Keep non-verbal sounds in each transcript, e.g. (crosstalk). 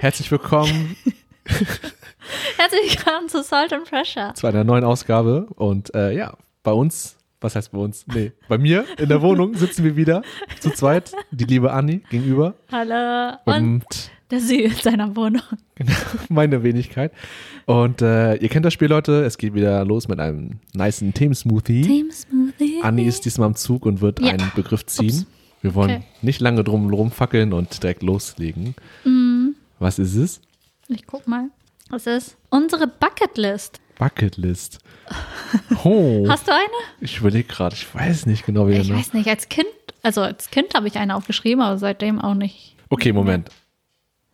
Herzlich willkommen Herzlich willkommen zu Salt and Pressure. zu einer neuen Ausgabe. Und äh, ja, bei uns, was heißt bei uns? Nee, bei mir in der Wohnung sitzen wir wieder zu zweit. Die liebe Anni gegenüber Hallo. Und und genau, der Sü in seiner Wohnung. meine Wenigkeit. Und äh, ihr kennt das Spiel, Leute. Es geht wieder los mit einem niceen Themensmoothie. Team Smoothie. Anni ist diesmal am Zug und wird Ja. einen Begriff ziehen. Ups. Wir wollen Okay. nicht lange drum rumfackeln und direkt loslegen. Mhm. Was ist es? Ich guck mal. Es ist unsere Bucketlist. (laughs) Bucketlist. Oh, Hast du eine? ich überlege gerade, ich weiß nicht genau, wie der Ich Name- weiß nicht, als Kind, also als Kind habe ich eine aufgeschrieben, aber seitdem auch nicht. Okay, Moment.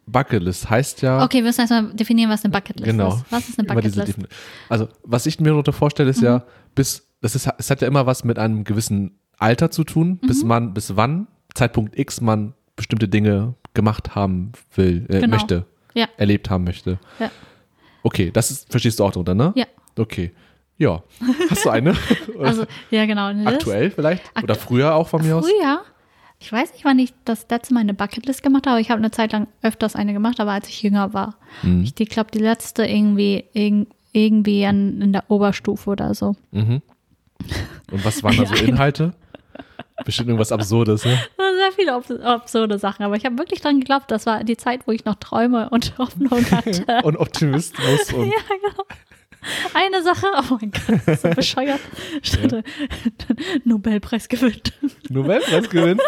Bucketlist heißt ja. Okay, wir müssen erstmal definieren, was eine Bucketlist genau. ist. Was ist eine Immer diese Bucketlist? Mhm. Defini- Also, was ich mir darunter vorstelle, ist ja, bis, das ist, es hat ja immer was mit einem gewissen Alter zu tun, bis Mhm. man, bis wann, Zeitpunkt X, man bestimmte Dinge gemacht haben will, äh, Genau. möchte, Ja, erlebt haben möchte. ja, Okay, das ist, verstehst du auch drunter, ne? ja. Okay. Ja. Hast (laughs) du eine? Oder Also, ja, genau. eine List. aktuell vielleicht? Oder Aktu- früher auch von mir aus? Früher, ich weiß nicht, wann ich das letzte Mal eine Bucketlist gemacht habe, aber ich habe eine Zeit lang öfters eine gemacht, aber als ich jünger war. Mhm. Ich die- glaube, die letzte irgendwie, irg irgendwie an, in der Oberstufe oder so. Mhm. Und was (laughs) waren da so Inhalte? Bestimmt irgendwas Absurdes, ne? Sehr viele abs- absurde Sachen, aber ich habe wirklich dran geglaubt, das war die Zeit, wo ich noch Träume und (laughs) (laughs) Hoffnung hatte. und Optimismus (laughs) und ja, genau. Eine Sache, oh mein Gott, das ist (laughs) so bescheuert. Statt Nobelpreis gewinnt. Nobelpreis gewinnen.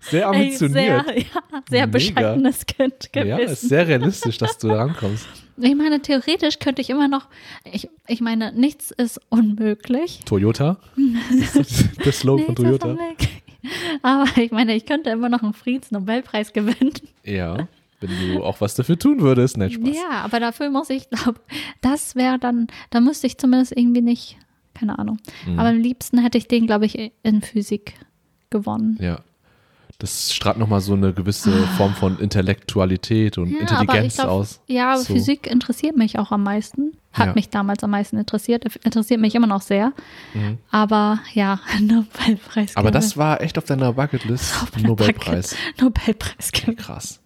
Sehr Ey, ambitioniert. sehr, ja, sehr Mega. bescheidenes Kind gewesen. ja, ist sehr realistisch, dass du da rankommst. Ich meine, theoretisch könnte ich immer noch, ich, ich meine, nichts ist unmöglich. Toyota? (laughs) Das ist der Slogan von Nichts ist Toyota. unmöglich. (laughs) Aber ich meine, ich könnte immer noch einen Friedensnobelpreis gewinnen. Ja, wenn du auch was dafür tun würdest. Nein, (laughs) Spaß. Ja, aber dafür muss ich, glaube das wäre dann, da müsste ich zumindest irgendwie nicht, keine Ahnung. Mhm. Aber am liebsten hätte ich den, glaube ich, in Physik gewonnen. Ja. Das strahlt nochmal so eine gewisse Form von Intellektualität und Ah. Ja, aber ich Intelligenz glaub, aus. Ja, aber So. Physik interessiert mich auch am meisten. Hat Ja. mich damals am meisten interessiert, interessiert mich immer noch sehr. Aber ja, (laughs) Nobelpreis. Mhm. Aber gewinnen. das war echt auf deiner (laughs) Bucketlist. Auf meiner Nobelpreis. Bucket- Nobelpreis. genau. Ja, krass.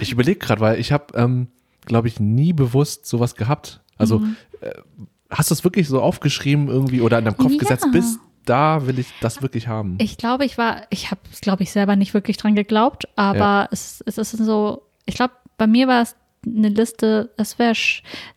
Ich überlege gerade, weil ich habe, ähm, glaube ich, nie bewusst sowas gehabt. Also Mhm. äh, hast du es wirklich so aufgeschrieben irgendwie oder in deinem Kopf Ja. gesetzt, bis da will ich das wirklich haben? Ich glaube, ich war, ich habe es, glaube ich, selber nicht wirklich dran geglaubt, aber Ja. es, es ist so, ich glaube, bei mir war es eine Liste, es wäre,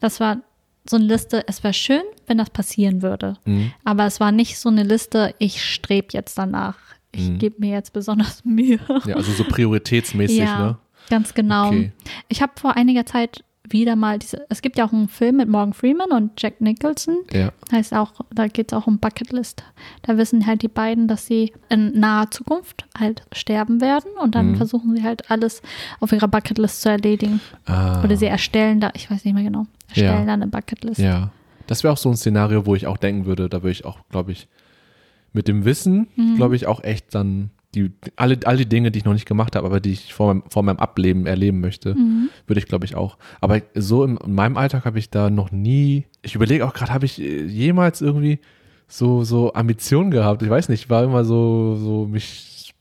das war so eine Liste, es wäre schön, wenn das passieren würde. Mhm. Aber es war nicht so eine Liste, ich strebe jetzt danach. Ich Mhm. gebe mir jetzt besonders (laughs) Mühe. Ja, also so prioritätsmäßig, ne? ganz genau. Okay. Ich habe vor einiger Zeit wieder mal diese, es gibt ja auch einen Film mit Morgan Freeman und Jack Nicholson, Ja. Heißt auch, da geht es auch um Bucketlist. Da wissen halt die beiden, dass sie in naher Zukunft halt sterben werden und dann Mhm. versuchen sie halt alles auf ihrer Bucketlist zu erledigen. Ah, Oder sie erstellen da, ich weiß nicht mehr genau, erstellen Ja. da eine Bucketlist. ja. Das wäre auch so ein Szenario, wo ich auch denken würde, da würde ich auch, glaube ich, mit dem Wissen, glaube ich, auch echt dann die, alle, all die Dinge, die ich noch nicht gemacht habe, aber die ich vor meinem, vor meinem Ableben erleben möchte, würde ich, glaube ich, auch. Aber so im, in meinem Alltag habe ich da noch nie, ich überlege auch gerade, habe ich äh, jemals irgendwie so, so Ambitionen gehabt? Ich weiß nicht, ich war immer so, so mich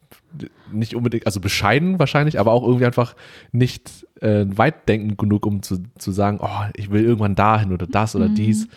nicht unbedingt, also bescheiden wahrscheinlich, aber auch irgendwie einfach nicht äh, weitdenkend genug, um zu, zu sagen, oh, ich will irgendwann dahin oder das Mhm. oder dies.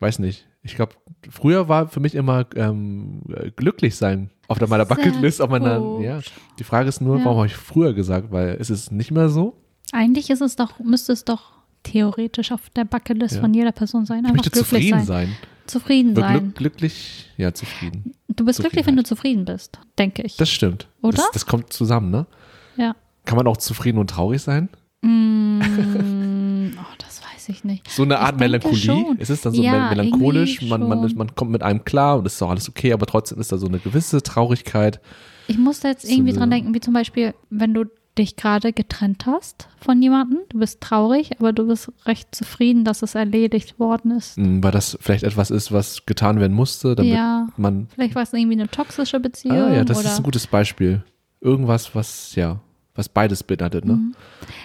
Weiß nicht. Ich glaube, früher war für mich immer ähm, glücklich sein auf der- meiner Sehr Bucketlist, auf meiner, gut. ja. Die Frage ist nur, Ja. warum habe ich früher gesagt, weil ist es nicht mehr so? Eigentlich ist es doch, müsste es doch theoretisch auf der Bucketlist Ja. von jeder Person sein. Ich Einfach möchte glücklich zufrieden sein. sein. Zufrieden Glück- sein. glücklich, ja, zufrieden. Du bist glücklich, wenn Zufriedenheit. du zufrieden bist, denke ich. Das stimmt. Oder? Das, das kommt zusammen, ne? (laughs) ja. Kann man auch zufrieden und traurig sein? Mm, oh, das weiß ich nicht. So eine Ich Art denke Melancholie. schon. Es ist dann so Ja, mel- melancholisch, irgendwie man, man, schon. man kommt mit einem klar und es ist auch alles okay, aber trotzdem ist da so eine gewisse Traurigkeit. Ich muss da jetzt So irgendwie eine- dran denken, wie zum Beispiel, wenn du dich gerade getrennt hast von jemandem, du bist traurig, aber du bist recht zufrieden, dass es erledigt worden ist. Hm, Weil das vielleicht etwas ist, was getan werden musste, damit Ja. man. Vielleicht war es irgendwie eine toxische Beziehung Ah ja, das oder. ist ein gutes Beispiel. Irgendwas, was, ja, was beides beinhaltet, ne? Mhm.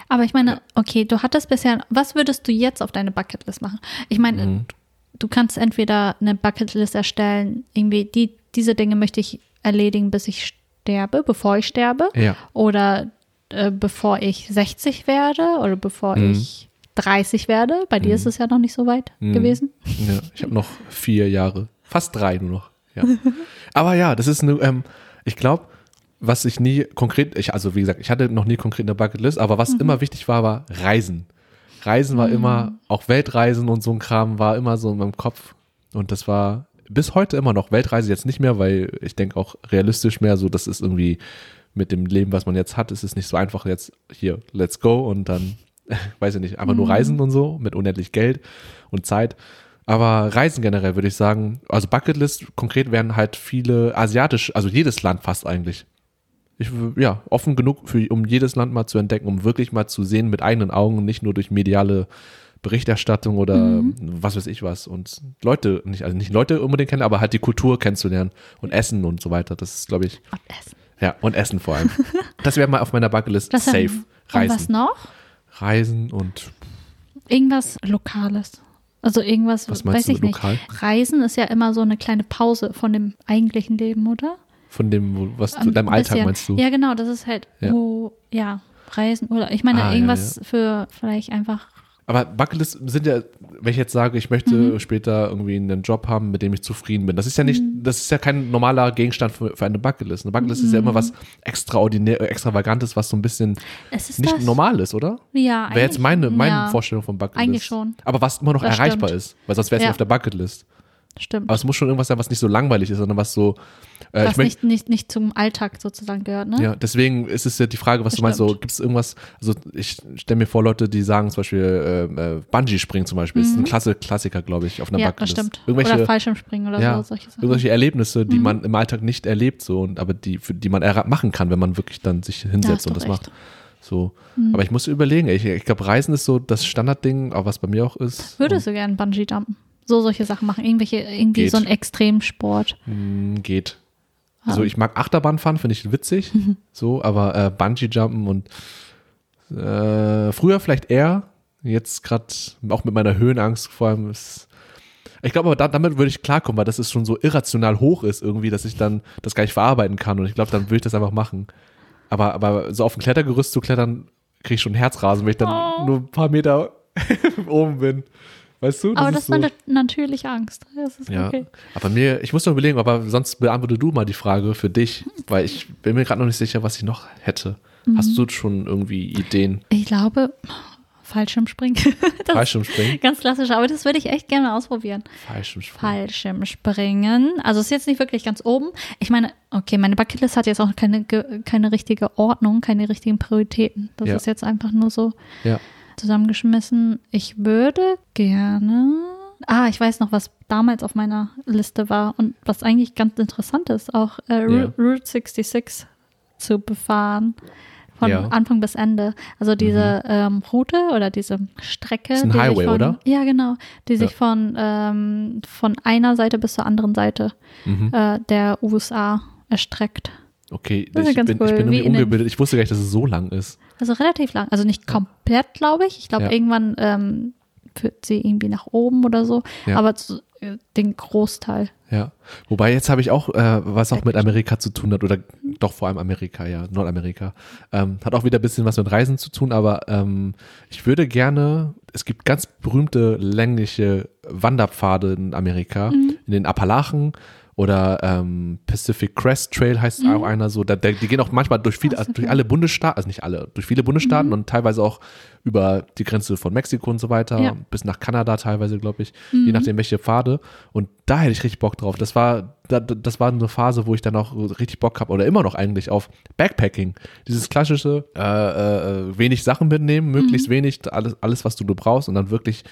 aber ich meine, okay, du hattest bisher, was würdest du jetzt auf deine Bucketlist machen? Ich meine, Mhm. du kannst entweder eine Bucketlist erstellen, irgendwie die diese Dinge möchte ich erledigen, bis ich sterbe, bevor ich sterbe. Ja. Oder äh, bevor ich 60 werde oder bevor Mhm. ich 30 werde. Bei dir ist es ja noch nicht so weit Mhm. gewesen. Ja, ich habe noch vier Jahre, fast drei nur noch. (laughs) Ja. Aber ja, das ist eine, ähm, ich glaube, was ich nie konkret, ich, also wie gesagt, ich hatte noch nie konkret eine Bucketlist, aber Mhm. was immer wichtig war, war Reisen. Reisen war immer, auch Weltreisen und so ein Kram war immer so in meinem Kopf. Und das war bis heute immer noch Weltreise jetzt nicht mehr, weil ich denke auch realistisch mehr so, das ist irgendwie mit dem Leben, was man jetzt hat, ist es nicht so einfach jetzt hier, let's go und dann, (laughs) weiß ich nicht, einfach nur reisen und so mit unendlich Geld und Zeit. Aber Reisen generell würde ich sagen, also Bucketlist konkret wären halt viele asiatisch, also jedes Land fast eigentlich. Ich, w- ja, offen genug, für, um jedes Land mal zu entdecken, um wirklich mal zu sehen mit eigenen Augen, und nicht nur durch mediale Berichterstattung oder Mhm. was weiß ich was. Und Leute, nicht, also nicht Leute unbedingt kennen, aber halt die Kultur kennenzulernen und Essen und so weiter. Das ist, glaube ich, Und Essen. ja, und Essen vor (laughs) allem. das wäre mal auf meiner Bucketlist Das safe. haben- Und was Reisen. noch? Reisen und Irgendwas Lokales. Also irgendwas, Was meinst weiß du ich mit nicht. lokal? Reisen ist ja immer so eine kleine Pause von dem eigentlichen Leben, oder? von dem, wo- was Ein du, deinem Alltag bisschen. meinst du? Ja, genau, das ist halt, Ja. wo, ja, Reisen oder ich meine, Ah, ja, irgendwas für vielleicht einfach. Aber Bucketlist sind ja, wenn ich jetzt sage, ich möchte Mhm. später irgendwie einen Job haben, mit dem ich zufrieden bin. Das ist ja nicht, Mhm. das ist ja kein normaler Gegenstand für, für eine Bucketlist. Eine Bucketlist ist ja Mhm. immer was extraordinär, äh, extravagantes, was so ein bisschen Es ist nicht das. normal ist, oder? Ja, Wäre jetzt eigentlich- meine, meine ja, Vorstellung von Bucketlist. Eigentlich schon. Aber was immer noch Das erreichbar stimmt. ist, weil sonst wäre es Ja. nicht auf der Bucketlist. Stimmt. Aber es muss schon irgendwas sein, was nicht so langweilig ist, sondern was so. Also, Äh, was ich möcht- nicht, nicht, nicht zum Alltag sozusagen gehört, ne? Ja, deswegen ist es ja die Frage, was du meinst, so Bestimmt. gibt es irgendwas, also ich stelle mir vor, Leute, die sagen zum Beispiel äh, äh, Bungee-Springen zum Beispiel, ist ein klasse Klassiker, glaube ich, auf einer Mhm. Ja, das Bucketlist. stimmt. oder Irgendwelche, Fallschirmspringen oder ja, so, solche Sachen. Mhm. irgendwelche Erlebnisse, die man im Alltag nicht erlebt, so, und aber die, für die man erra- machen kann, wenn man wirklich dann sich hinsetzt hast du und das recht. Mhm. macht. So. Aber ich muss überlegen, ich, ich glaube, Reisen ist so das Standardding, auch was bei mir auch ist. Würdest du gerne Bungee jumpen? So solche Sachen machen, irgendwelche, irgendwie Geht. so ein Extremsport. Mm, Geht. Ah. Also ich mag Achterbahnfahren, finde ich witzig, Mhm. so, aber äh, Bungee-Jumpen und äh, früher vielleicht eher, jetzt gerade auch mit meiner Höhenangst vor allem ist, ich glaube, aber da, damit würde ich klarkommen, weil das ist schon so irrational hoch ist irgendwie, dass ich dann das gar nicht verarbeiten kann und ich glaube, dann würde ich das einfach machen. Aber, aber so auf ein Klettergerüst zu klettern, kriege ich schon Herzrasen, wenn ich dann Oh. nur ein paar Meter (laughs) oben bin. Weißt du? Aber das ist ist eine natürliche Angst. Das ist ja, okay. aber mir, ich muss noch überlegen, aber sonst beantworte du mal die Frage für dich, Hm. weil ich bin mir gerade noch nicht sicher, was ich noch hätte. Hast Mhm. du schon irgendwie Ideen? Ich glaube, Fallschirmspringen. (laughs) das ist (laughs) Fallschirmspringen? ganz klassisch, aber das würde ich echt gerne mal ausprobieren. Fallschirmspringen. Fallschirmspringen. Also ist jetzt nicht wirklich ganz oben. Ich meine, okay, meine Bucketlist hat jetzt auch keine, ge- keine richtige Ordnung, keine richtigen Prioritäten. Das Ja. ist jetzt einfach nur so Ja. zusammengeschmissen. Ich würde gerne. Ah, ich weiß noch, was damals auf meiner Liste war und was eigentlich ganz interessant ist, auch äh, Ru- Ja. Route 66 zu befahren. Von Ja. Mhm. Anfang bis Ende. Also diese ähm, Route oder diese Strecke. Ist ein die sich Highway, von, oder? Ja, genau. Die sich Ja. von, ähm, von einer Seite bis zur anderen Seite Mhm. äh, der USA erstreckt. Okay, Das ich bin, ist ich ganz bin cool. Wie irgendwie in den- ungebildet. Ich wusste gar nicht, dass es so lang ist. Also relativ lang. Also nicht komplett, glaube ich. Ich glaube, Ja. irgendwann ähm, führt sie irgendwie nach oben oder so. Ja. Aber zu, äh, den Großteil. Ja. Wobei jetzt habe ich auch, äh, was auch mit Amerika zu tun hat, oder doch vor allem Amerika, ja, Nordamerika. Ähm, hat auch wieder ein bisschen was mit Reisen zu tun, aber ähm, ich würde gerne, es gibt ganz berühmte längliche Wanderpfade in Amerika, in den Appalachen oder ähm, Pacific Crest Trail heißt auch einer so. Da, der, die gehen auch manchmal durch viele, Ach, so durch cool. alle Bundesstaaten, also nicht alle, durch viele Bundesstaaten und teilweise auch über die Grenze von Mexiko und so weiter, Ja. bis nach Kanada teilweise, glaube ich, je nachdem welche Pfade. Und da hätte ich richtig Bock drauf. Das war, da, da- das war eine Phase, wo ich dann auch richtig Bock habe oder immer noch eigentlich auf Backpacking. Dieses klassische, äh, äh, äh, wenig Sachen mitnehmen, möglichst wenig, alles, alles, was du, du brauchst und dann wirklich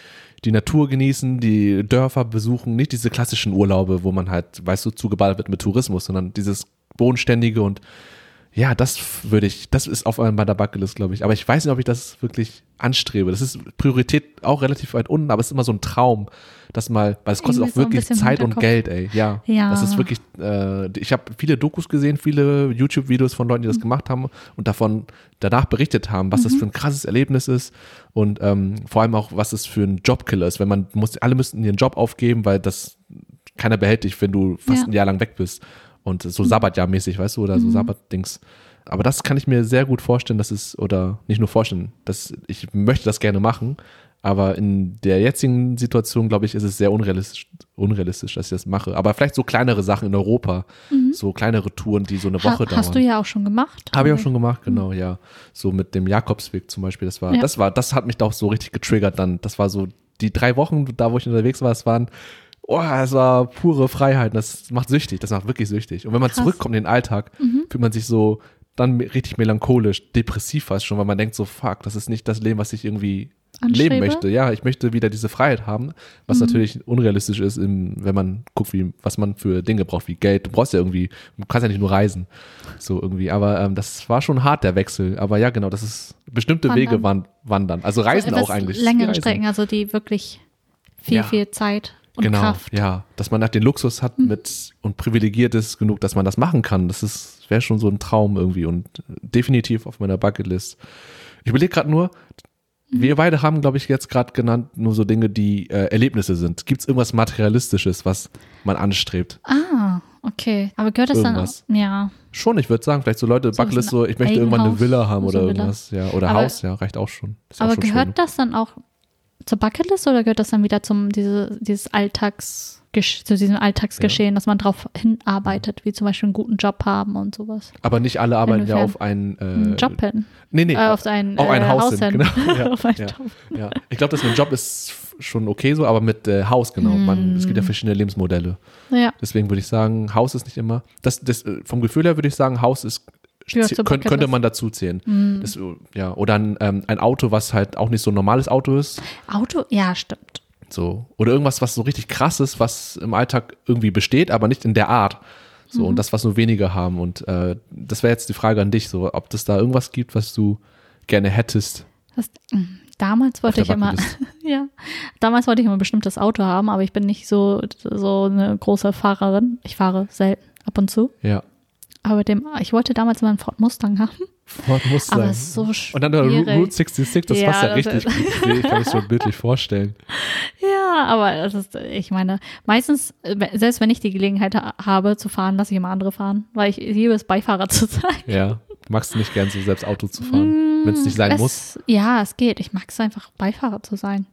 die Natur genießen, die Dörfer besuchen, nicht diese klassischen Urlaube, wo man halt, weißt du, zugeballert wird mit Tourismus, sondern dieses bodenständige und ja, das f- würde ich, das ist auf meiner Bucketlist, glaube ich. Aber ich weiß nicht, ob ich das wirklich anstrebe. Das ist Priorität auch relativ weit unten, aber es ist immer so ein Traum, dass mal, weil es kostet Irgendwie auch so ein wirklich bisschen Zeit und Hinterkopf. Geld, ey. Ja. Ja. Das ist wirklich, äh, ich habe viele Dokus gesehen, viele YouTube-Videos von Leuten, die Mhm. das gemacht haben und davon danach berichtet haben, was das für ein krasses Erlebnis ist und ähm, vor allem auch, was es für ein Jobkiller ist. Wenn man muss, alle müssten ihren Job aufgeben, weil das keiner behält dich, wenn du fast Ja. Mhm. ein Jahr lang weg bist. Und so Sabbatjahrmäßig, weißt du, oder so Sabbatdings. aber das kann ich mir sehr gut vorstellen, dass es, oder nicht nur vorstellen, dass ich möchte das gerne machen, aber in der jetzigen Situation, glaube ich, ist es sehr unrealistisch, unrealistisch, dass ich das mache. Aber vielleicht so kleinere Sachen in Europa, so kleinere Touren, die so eine Woche Mhm. ha, dauern. hast du ja auch schon gemacht. Also Mhm. Habe ich auch schon gemacht, genau, ja. So mit dem Jakobsweg zum Beispiel, das war, Ja. das war, das hat mich doch so richtig getriggert dann. Das war so die drei Wochen, da wo ich unterwegs war, es waren, oh, es war pure Freiheit. Das macht süchtig, das macht wirklich süchtig. Und wenn man Krass. Mhm. zurückkommt in den Alltag, fühlt man sich so dann me- richtig melancholisch, depressiv fast schon, weil man denkt so, fuck, das ist nicht das Leben, was ich irgendwie Anstrebe? leben möchte. Ja, ich möchte wieder diese Freiheit haben, Mhm. was natürlich unrealistisch ist, im, wenn man guckt, wie, was man für Dinge braucht, wie Geld. Du brauchst ja irgendwie, du kannst ja nicht nur reisen. So irgendwie. Aber ähm, das war schon hart, der Wechsel. Aber ja, genau, das ist bestimmte Wandern. Wege wan wandern. Also Reisen etwas auch eigentlich. Längere Reisen. Strecken, also die wirklich viel, Ja. viel Zeit und Genau, Kraft. Mhm. ja. Dass man nach den Luxus hat mit und privilegiert ist genug, dass man das machen kann. Das ist, wäre schon so ein Traum irgendwie und äh, definitiv auf meiner Bucketlist. Ich überlege gerade nur, Mhm. wir beide haben, glaube ich, jetzt gerade genannt, nur so Dinge, die äh, Erlebnisse sind. Gibt es irgendwas Materialistisches, was man anstrebt? Ah, okay. Aber gehört das Irgendwas. dann auch? Ja. Schon, ich würde sagen, vielleicht so Leute, So ein Bucketlist, so, ich möchte irgendwann eine Eigenhaus, Villa haben so oder Villa. irgendwas, ja. Oder Aber- Haus, ja, reicht auch schon. Ist auch Aber schon gehört schön. das dann auch zur Bucketlist oder gehört das dann wieder zum diese, dieses Alltags zu diesem Alltagsgeschehen, dass man drauf hinarbeitet, wie zum Beispiel einen guten Job haben und sowas. Aber nicht alle arbeiten ja Inwiefern? auf einen, äh, Einen Job hin. Nee, nee. Äh, auf sein, auf ein äh, Haus Haus hin. hin. Genau. (laughs) Ja, Auf ein ja, Haus. ja. Ich glaube, das mit Job ist f- schon okay so, aber mit äh, Haus, genau. Man, Hm. es gibt ja verschiedene Lebensmodelle. Ja. Deswegen würde ich sagen, Haus ist nicht immer. Das, das, äh, vom Gefühl her würde ich sagen, Haus ist. Gehört zäh- zur könnt, könnte Bucketlist. Hm. man dazu zählen. Das, äh, ja, oder ein, ähm, ein Auto, was halt auch nicht so ein normales Auto ist. Auto, ja, stimmt. So. Oder irgendwas, was so richtig krass ist, was im Alltag irgendwie besteht, aber nicht in der Art. So, Mhm. und das, was nur wenige haben. Und äh, das wäre jetzt die Frage an dich, so, ob das da irgendwas gibt, was du gerne hättest. Das, mm, damals wollte Auf ich der immer, (laughs) ja, damals wollte ich immer ein bestimmtes Auto haben, aber ich bin nicht so, so eine große Fahrerin. Ich fahre selten ab und zu. Ja. Aber dem, ich wollte damals mal einen Ford Mustang haben. (laughs) Ford Mustang. Aber es ist so und dann der Route schwierig. Route 66, das Ja, passt ja das richtig ist- gut. Ich kann es mir bildlich vorstellen. Ja, aber das ist, ich meine, meistens, äh, selbst wenn ich die Gelegenheit ha habe zu fahren, lasse ich immer andere fahren, weil ich liebe es, Beifahrer (laughs) zu sein. Hm, Ja. Magst du nicht gern so selbst Auto zu fahren, wenn es nicht sein Mm, es, muss? Ja, es geht. Ich mag es einfach, Beifahrer zu sein.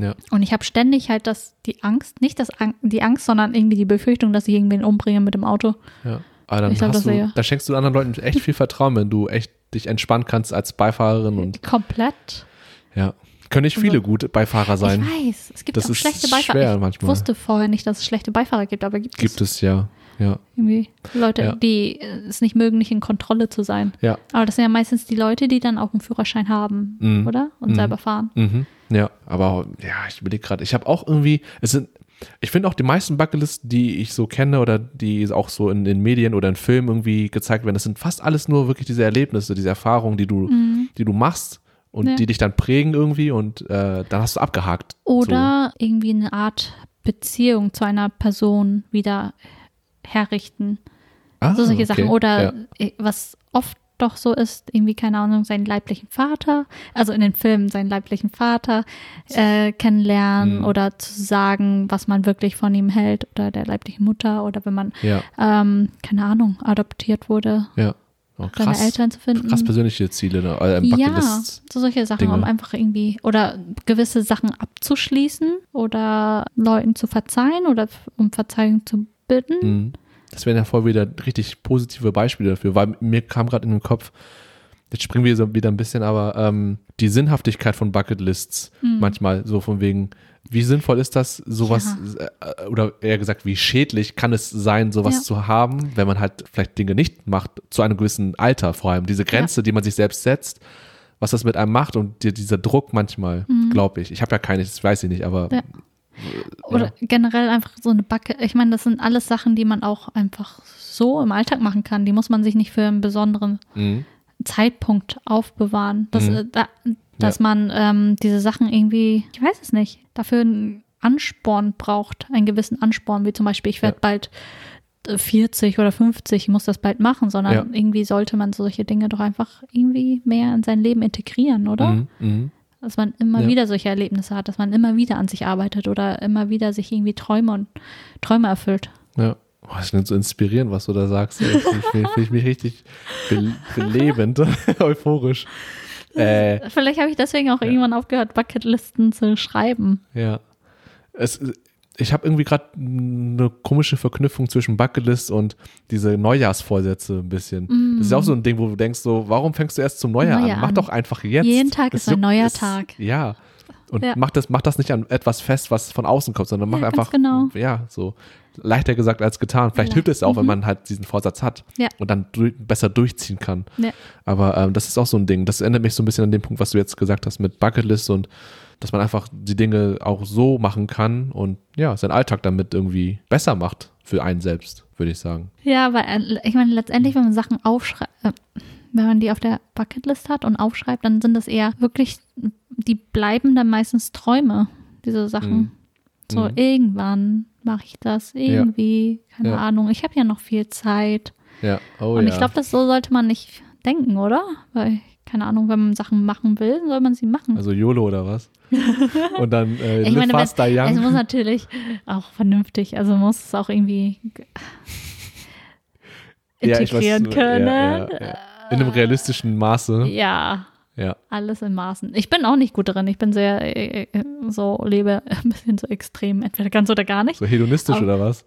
Ja. Und ich habe ständig halt das, die Angst, nicht das, Ang- die Angst, sondern irgendwie die Befürchtung, dass ich irgendwen umbringe mit dem Auto. ja. Aber dann Ich glaub, hast das du, wäre- da schenkst du anderen Leuten echt viel Vertrauen, wenn du echt dich entspannen kannst als Beifahrerin und Komplett. ja. Können nicht viele gute Beifahrer sein. Oh Ich weiß, es gibt Das auch ist schlechte Beifahrer. schwer ich manchmal. wusste vorher nicht, dass es schlechte Beifahrer gibt, aber gibt, Gibt es es ja. Ja. irgendwie Leute, Ja. die äh, es nicht mögen, nicht in Kontrolle zu sein. Ja. Aber das sind ja meistens die Leute, die dann auch einen Führerschein haben, oder? Und selber fahren. Mhm. Ja, aber ja, ich überlege gerade, ich habe auch irgendwie, es sind, ich finde auch die meisten Bucketlist, die ich so kenne oder die auch so in den Medien oder in Filmen irgendwie gezeigt werden, das sind fast alles nur wirklich diese Erlebnisse, diese Erfahrungen, die du, die du machst und Mhm. Ja. die dich dann prägen irgendwie und äh, dann hast du abgehakt. Oder irgendwie eine Art Beziehung zu einer Person wieder herrichten. so, ah, so solche Sachen. okay. Oder ja. äh, was oft doch so ist, irgendwie, keine Ahnung, seinen leiblichen Vater, also in den Filmen seinen leiblichen Vater äh, kennenlernen Mhm. oder zu sagen, was man wirklich von ihm hält oder der leiblichen Mutter oder wenn man, ja, ähm, keine Ahnung, adoptiert wurde, ja. Oh, seine krass, Eltern zu finden. krass persönliche Ziele, ne? äh, im Ja, Bucketlist. so solche Sachen, Dinge. um einfach irgendwie oder gewisse Sachen abzuschließen oder Leuten zu verzeihen oder f- um Verzeihung zu bitten. Mhm. Das wären ja voll wieder richtig positive Beispiele dafür, weil mir kam gerade in den Kopf, jetzt springen wir so wieder ein bisschen, aber ähm, die Sinnhaftigkeit von Bucketlists Mhm. manchmal so von wegen, wie sinnvoll ist das, sowas, äh, oder eher gesagt, wie schädlich kann es sein, sowas Ja. zu haben, wenn man halt vielleicht Dinge nicht macht, zu einem gewissen Alter vor allem, diese Grenze, die man sich selbst setzt, was das mit einem macht und die, dieser Druck manchmal, glaube ich. Ich habe ja keine, das weiß ich nicht, aber Mhm. Ja. Oder Ja. generell einfach so eine Backe. Ich meine, das sind alles Sachen, die man auch einfach so im Alltag machen kann. Die muss man sich nicht für einen besonderen Mhm. Zeitpunkt aufbewahren. Dass, Mhm. äh, da, dass man ähm, diese Sachen irgendwie, ich weiß es nicht, dafür einen Ansporn braucht, einen gewissen Ansporn, wie zum Beispiel, ich werde Ja. bald äh, 40 oder 50, ich muss das bald machen, sondern Ja. irgendwie sollte man solche Dinge doch einfach irgendwie mehr in sein Leben integrieren, oder? Mhm. Mhm. Dass man immer Ja. wieder solche Erlebnisse hat, dass man immer wieder an sich arbeitet oder immer wieder sich irgendwie Träume und Träume erfüllt. Ja, Oh, das ist so inspirierend, was du da sagst. Ey. Finde ich, find, find ich mich richtig be belebend, (laughs) euphorisch. Äh, Vielleicht habe ich deswegen auch irgendwann aufgehört, Bucketlisten zu schreiben. ja. Es, ich habe irgendwie gerade eine komische Verknüpfung zwischen Bucketlist und diese Neujahrsvorsätze ein bisschen. Das ist ja auch so ein Ding, wo du denkst so, warum fängst du erst zum Neujahr, Mhm. Neujahr an? Mach an. doch einfach jetzt. Jeden Tag Es ist ein juckt- neuer es- Tag. Ja. Und Ja. mach, das, mach das nicht an etwas fest, was von außen kommt, sondern mach Ja, ganz einfach, genau. ja, so leichter gesagt als getan. Vielleicht Leicht. hilft es auch, wenn man halt diesen Vorsatz hat Mhm. Ja. und dann du besser durchziehen kann. Ja. Aber ähm, das ist auch so ein Ding. Das erinnert mich so ein bisschen an den Punkt, was du jetzt gesagt hast mit Bucketlist und dass man einfach die Dinge auch so machen kann und ja, seinen Alltag damit irgendwie besser macht für einen selbst, würde ich sagen. Ja, weil äh, ich meine, letztendlich, wenn man Sachen aufschreibt, äh, wenn man die auf der Bucketlist hat und aufschreibt, dann sind das eher wirklich, die bleiben dann meistens Träume, diese Sachen. Mhm. So, Mhm. irgendwann mache ich das, irgendwie, keine Ja. Ahnung, ich habe ja noch viel Zeit. Ja, oh und ja. ich glaube, das so sollte man nicht denken, oder? Weil, keine Ahnung, wenn man Sachen machen will, soll man sie machen. also YOLO (laughs) oder was? und dann äh, ich live meine, wenn- fast, die es young. muss natürlich auch vernünftig, also man muss es auch irgendwie g- (laughs) Ja, ich weiß, integrieren ja, können. ja, ja. In einem realistischen Maße. Ja, Ja. alles in Maßen. Ich bin auch nicht gut darin. Ich bin sehr, äh, äh, so lebe (laughs) ein bisschen so extrem, entweder ganz oder gar nicht. So hedonistisch Aber- (laughs) oder was?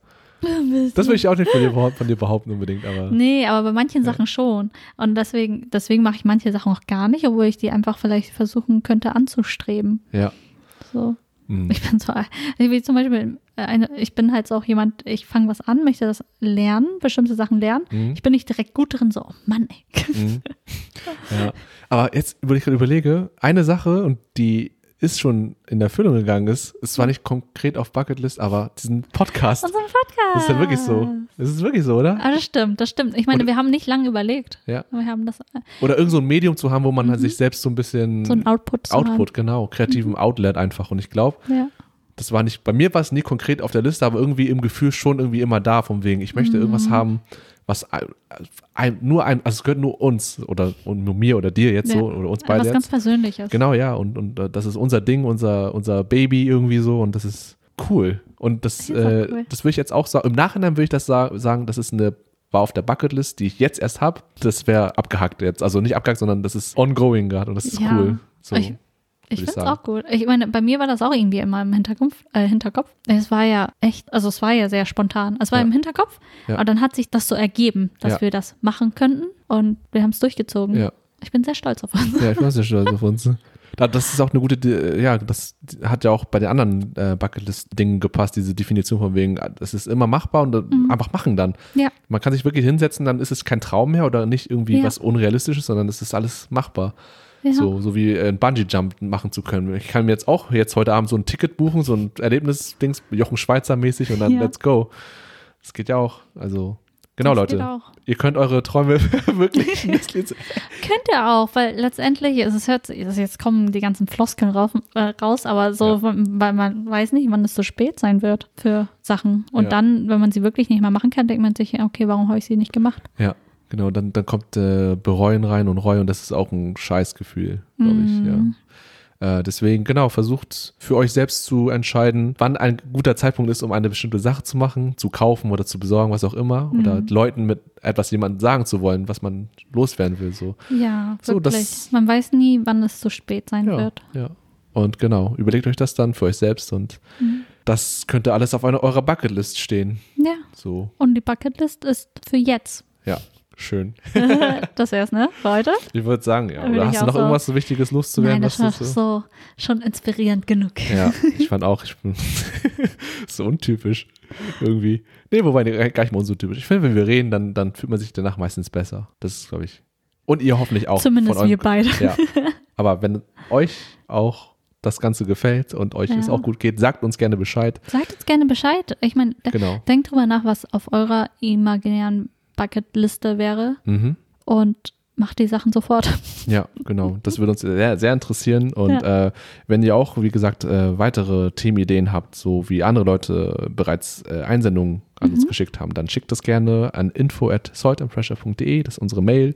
Das würde ich auch nicht von dir, behaupt- von dir behaupten unbedingt, aber Nee, aber bei manchen Sachen schon. Und deswegen, deswegen mache ich manche Sachen auch gar nicht, obwohl ich die einfach vielleicht versuchen könnte anzustreben. ja. So. Mhm. (laughs) Ich bin so, wie zum Beispiel, äh, eine, ich bin halt so auch jemand, ich fange was an, möchte das lernen, bestimmte Sachen lernen. Mhm. Ich bin nicht direkt gut drin, so, oh Mann, ey. Mhm. ja. Aber jetzt, wo ich gerade überlege, eine Sache, und die ist schon in Erfüllung gegangen, ist, ist zwar nicht konkret auf Bucketlist, aber diesen Podcast. Unseren Podcast. Das ist ja wirklich so. Das ist wirklich so, oder? Ah, das stimmt, das stimmt. Ich meine, Und- wir haben nicht lange überlegt. Ja. Wir haben das, äh, Oder irgend so ein Medium zu haben, wo man halt sich selbst so ein bisschen Mhm. so ein Output zu Mhm. Mhm. Output, genau, kreativen Outlet einfach. Und ich glaube, haben. Ja. das war nicht, bei mir war es nie konkret auf der Liste, aber irgendwie im Gefühl schon irgendwie immer da, von wegen, ich möchte irgendwas Mhm. haben, was ein, ein, nur ein, also es gehört nur uns oder und nur mir oder dir jetzt Ja. so oder uns beide Was jetzt. ganz Persönliches. Genau, ja. Und, und äh, das ist unser Ding, unser, unser Baby irgendwie so. Und das ist cool. Und das, Ja, voll äh, cool. das würde ich jetzt auch sagen. Im Nachhinein würde ich das sa sagen, das ist eine war auf der Bucketlist, die ich jetzt erst habe. Das wäre abgehackt jetzt. Also nicht abgehackt, sondern das ist ongoing gerade. Und das ist Ja. cool. So. Ich- Ich Würde ich finde es sagen. auch gut. Ich meine, bei mir war das auch irgendwie immer im Hinterkopf. Äh, Hinterkopf. Es war ja echt, also es war ja sehr spontan. Es war Ja. im Hinterkopf, Ja. aber dann hat sich das so ergeben, dass Ja. wir das machen könnten und wir haben es durchgezogen. Ja. Ich bin sehr stolz auf uns. (laughs) ja, ich weiß ja schon auf uns. ne? Da- Das ist auch eine gute, De- ja, das hat ja auch bei den anderen äh, Bucketlist-Dingen gepasst, diese Definition von wegen, es ist immer machbar und äh, Mhm. einfach machen dann. Ja. Man kann sich wirklich hinsetzen, dann ist es kein Traum mehr oder nicht irgendwie Ja. was Unrealistisches, sondern es ist alles machbar. Ja. So, so wie äh, ein Bungee-Jump machen zu können. Ich kann mir jetzt auch jetzt heute Abend so ein Ticket buchen, so ein Erlebnis-Dings, Jochen Schweizer-mäßig und dann Ja. let's go. Das geht ja auch. Also, genau, Das geht Leute. auch. Ihr könnt eure Träume (laughs) (laughs) wirklich. Könnt ihr auch, weil letztendlich, also es hört, sich- also jetzt kommen die ganzen Floskeln rauf, äh, raus, aber so, weil man weiß nicht, wann es so spät sein wird für Sachen. Und Ja. dann, wenn man sie wirklich nicht mehr machen kann, denkt man sich, ja, okay, warum habe ich sie nicht gemacht? ja, genau. Dann, dann kommt äh, Bereuen rein und Reue und das ist auch ein Scheißgefühl, glaube ich. Mm. Ja. Äh, deswegen, genau, versucht für euch selbst zu entscheiden, wann ein guter Zeitpunkt ist, um eine bestimmte Sache zu machen, zu kaufen oder zu besorgen, was auch immer. Oder Mhm. Leuten mit etwas jemandem sagen zu wollen, was man loswerden will. So. Ja, So, wirklich. das- man weiß nie, wann es so spät sein Ja, wird. ja. Und genau, überlegt euch das dann für euch selbst und Mhm. das könnte alles auf einer eurer Bucketlist stehen. Ja. So, Und die Bucketlist ist für (laughs) jetzt. ja, schön. das wär's, ne? Für heute? Ich würde sagen, ja. Würde Oder ich hast du auch noch so- irgendwas so Wichtiges loszuwerden? Nein, das war was du so. schon inspirierend genug. Ja, ich fand auch, ich bin (laughs) so untypisch irgendwie. Nee, wobei, nee, gar nicht mal untypisch. Ich finde, wenn wir reden, dann, dann fühlt man sich danach meistens besser. Das ist, glaube ich. Und ihr hoffentlich auch. Zumindest von eurem- wir beide. (laughs) Ja. Aber wenn euch auch das Ganze gefällt und euch es Ja. auch gut geht, sagt uns gerne Bescheid. Sagt uns gerne Bescheid. Ich meine, de- Genau. denkt drüber nach, was auf eurer imaginären Bucketliste wäre Mhm. und macht die Sachen sofort. (laughs) Ja, genau. Das würde uns sehr, sehr interessieren. Und äh, wenn ihr auch, wie gesagt, äh, weitere Themenideen habt, so wie andere Leute bereits äh, Einsendungen an Mhm. uns geschickt haben, dann schickt das gerne an info at saltandpressure.de, das ist unsere Mail.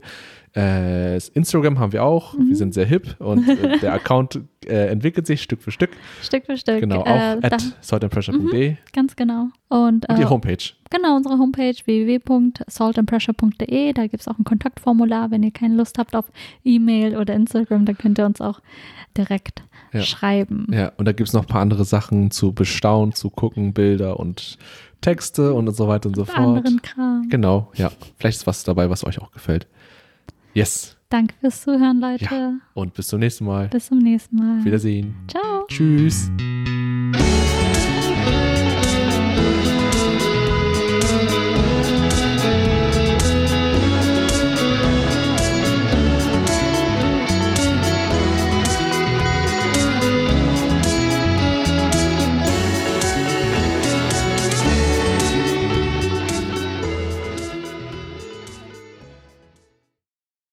Äh, das Instagram haben wir auch, Mhm. wir sind sehr hip und äh, der Account äh, entwickelt sich Stück für Stück. Stück für Stück. Genau, auch äh, at dann, saltandpressure.de ganz genau. Und, und äh, die Homepage. genau unsere Homepage www.saltandpressure.de. Da gibt es auch ein Kontaktformular. Wenn ihr keine Lust habt auf E-Mail oder Instagram, dann könnt ihr uns auch direkt Ja. schreiben. Ja, und da gibt es noch ein paar andere Sachen zu bestaunen, zu gucken, Bilder und Texte und so weiter und so Bei fort. anderen Kram. Genau, ja. Vielleicht ist was dabei, was euch auch gefällt. Yes. Danke fürs Zuhören, Leute. Ja. Und bis zum nächsten Mal. Bis zum nächsten Mal. Wiedersehen. Ciao. Tschüss.